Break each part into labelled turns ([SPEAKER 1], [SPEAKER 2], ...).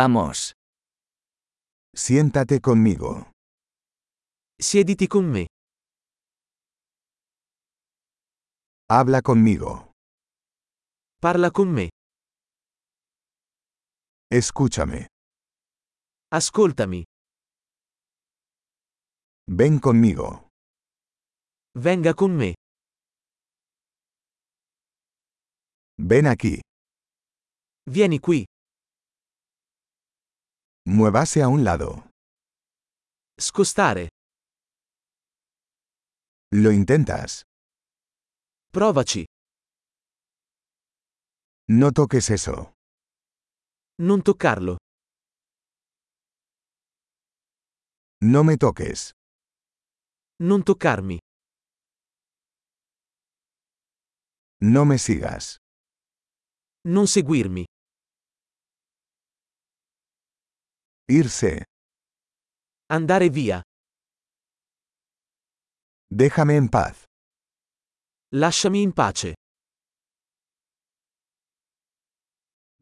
[SPEAKER 1] Vamos.
[SPEAKER 2] Siéntate conmigo.
[SPEAKER 3] Siediti con me.
[SPEAKER 2] Habla conmigo.
[SPEAKER 3] Parla con me.
[SPEAKER 2] Escúchame.
[SPEAKER 3] Ascoltami.
[SPEAKER 2] Ven conmigo.
[SPEAKER 3] Venga con me.
[SPEAKER 2] Ven aquí.
[SPEAKER 3] Vieni qui.
[SPEAKER 2] Muévase a un lado.
[SPEAKER 3] Scostare.
[SPEAKER 2] Lo intentas.
[SPEAKER 3] Provaci.
[SPEAKER 2] No toques eso.
[SPEAKER 3] Non toccarlo.
[SPEAKER 2] No me toques.
[SPEAKER 3] Non toccarmi.
[SPEAKER 2] No me sigas.
[SPEAKER 3] Non seguirmi.
[SPEAKER 2] Irse.
[SPEAKER 3] Andare via.
[SPEAKER 2] Déjame en paz.
[SPEAKER 3] Lasciami in pace.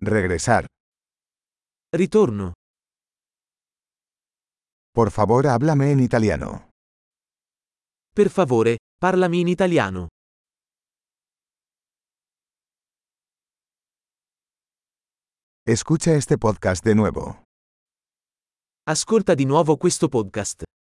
[SPEAKER 2] Regresar.
[SPEAKER 3] Ritorno.
[SPEAKER 2] Por favor, háblame en italiano.
[SPEAKER 3] Per favore, parlami in italiano.
[SPEAKER 2] Escucha este podcast de nuevo.
[SPEAKER 3] Ascolta di nuovo questo podcast.